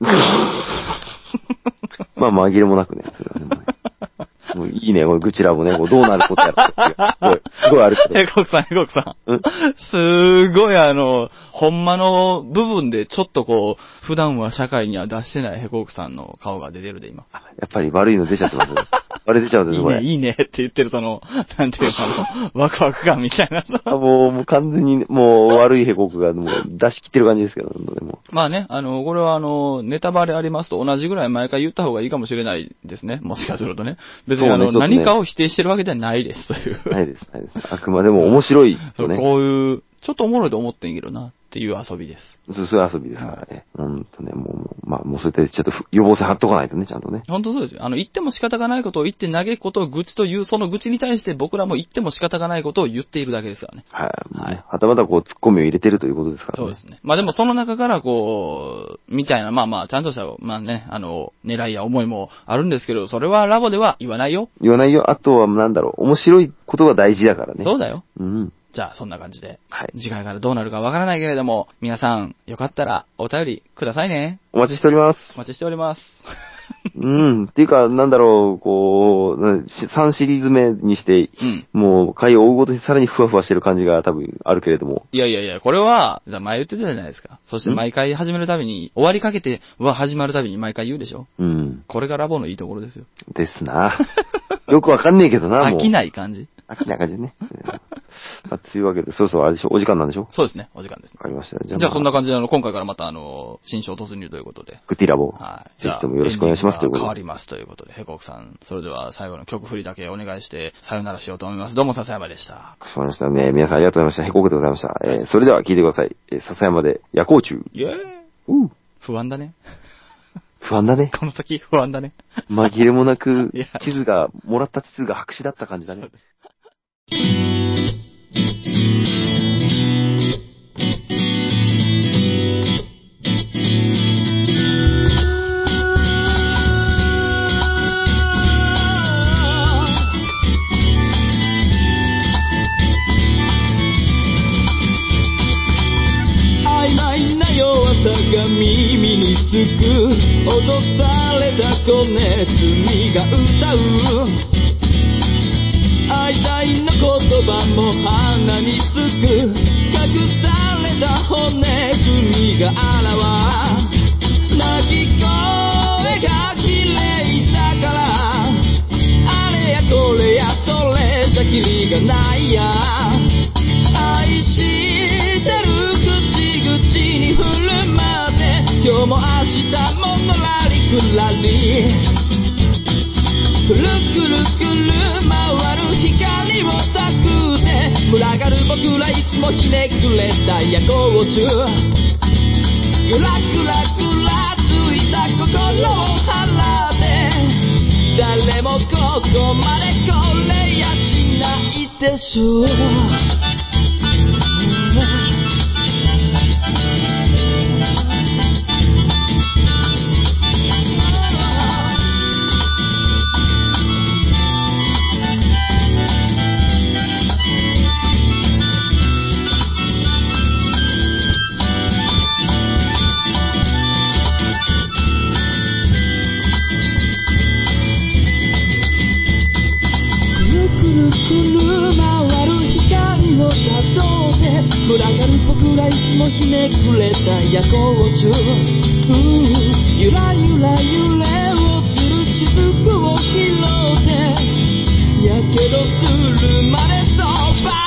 Speaker 2: まあ、紛れもなくね。それはねもうねもういいね、これ、愚痴らもね、こうどうなることやら。すごい、すごいあるけど
Speaker 1: ヘ。コクさん、ヘコクさん。
Speaker 2: うん
Speaker 1: すごいあの、ほんまの部分でちょっとこう、普段は社会には出してないヘコクさんの顔が出てるで、今。
Speaker 2: やっぱり悪いの出ちゃってますね。悪い出ちゃうんで
Speaker 1: い
Speaker 2: す
Speaker 1: い
Speaker 2: よ、こ
Speaker 1: ね、
Speaker 2: れ。
Speaker 1: いいねって言ってるその、 なんていうか、あの、ワクワク感みたいな。
Speaker 2: あもう、もう完全に、もう悪いヘコクが、もう出し切ってる感じですけど、ね、も
Speaker 1: まあね、あの、これはあの、ネタバレありますと同じぐらい毎回言った方がいいかもしれないですね。もしかするとね。別にあの、
Speaker 2: そうねちょっとね
Speaker 1: 何かを否定してるわけではないですという。
Speaker 2: う。ないです、ないです。あくまでも面白い
Speaker 1: そ
Speaker 2: と
Speaker 1: う
Speaker 2: ね。
Speaker 1: こういう、ちょっとおもろいと思ってんけどな、っていう遊びです。
Speaker 2: そうそういう遊びですからね。うんとね、もうもう、まあ、もうそれでちょっとふ予防線張っとかないとね、ちゃんとね。
Speaker 1: 本当そうですよ。あの、言っても仕方がないことを言って嘆くことを愚痴という、その愚痴に対して僕らも言っても仕方がないことを言っているだけですからね。
Speaker 2: はい。
Speaker 1: はい
Speaker 2: もうねはたまたこう、突っ込みを入れてるということですからね。
Speaker 1: そうですね。まあでもその中からこう、みたいな、まあまあ、ちゃんとした、まあね、あの、狙いや思いもあるんですけど、それはラボでは言わないよ。
Speaker 2: 言わないよ。あとは、なんだろう、面白いことが大事だからね。
Speaker 1: そうだよ。
Speaker 2: うん。
Speaker 1: じゃあ、そんな感じで。
Speaker 2: はい。
Speaker 1: 次回からどうなるかわからないけれども、皆さん、よかったらお便りくださいね。
Speaker 2: お待ちしております。
Speaker 1: お待ちしております。
Speaker 2: うん。っていうか、なんだろう、こう、なし3シリーズ目にして、
Speaker 1: うん。
Speaker 2: もう、回を追うごとにさらにふわふわしてる感じが多分あるけれども。
Speaker 1: いやいやいや、これは、だから前言ってたじゃないですか。そして毎回始めるたびに、終わりかけては始まるたびに毎回言うでしょ。
Speaker 2: うん。
Speaker 1: これがラボのいいところですよ。
Speaker 2: で すな。よくわかんねえけどな、も
Speaker 1: 飽
Speaker 2: う。
Speaker 1: きない感じ。
Speaker 2: 飽きない感じね。うんまあ、というわけで、そろそろあれでしょ、お時間なんでしょ
Speaker 1: そうですね、お時間ですね
Speaker 2: わ。かりました。
Speaker 1: じ
Speaker 2: じ
Speaker 1: ゃ
Speaker 2: ゃ
Speaker 1: あ、
Speaker 2: あ、
Speaker 1: そんな感じで、あの、今回からまた、あの、新章突入ということで。
Speaker 2: グッティラボ。
Speaker 1: はい。
Speaker 2: ぜひともよろしくお願いします。と
Speaker 1: エ
Speaker 2: い
Speaker 1: ン
Speaker 2: う
Speaker 1: ディングが変
Speaker 2: こと
Speaker 1: わ
Speaker 2: で。
Speaker 1: りますということで、ヘコクさん。それでは、最後の曲振りだけお願いして、さよならしようと思います。どうも、笹山でした。
Speaker 2: かしこまりましたね。皆さんありがとうございました。へこくでございました。えー、それでは聞いてください。えー、笹山で夜行中。
Speaker 1: イェーイ
Speaker 2: うん。
Speaker 1: 不安だね。
Speaker 2: 不安だね。
Speaker 1: この先、不安だね。
Speaker 2: 紛れもなく
Speaker 1: いや、
Speaker 2: 地図が、もらった地図が白紙だった感じだね。
Speaker 3: 曖昧な弱さが耳につく脅された子ネズミが歌う砂につく隠された骨組みが現れ鳴き声が綺麗だからあれやこれやそれじゃキリがないや愛してる口々に振る舞って今日も明日ものらりくらりくるくるくる回る光をたくって群がる僕らいつもひねくれた夜行中ぐらぐらぐらついた心を払って誰もここまで来れやしないでしょうくるくるくる回る光を誘って群がる僕らいつもひねくれた夜行中うんゆらゆら揺れ落ちる雫を拾ってやけどするまでそば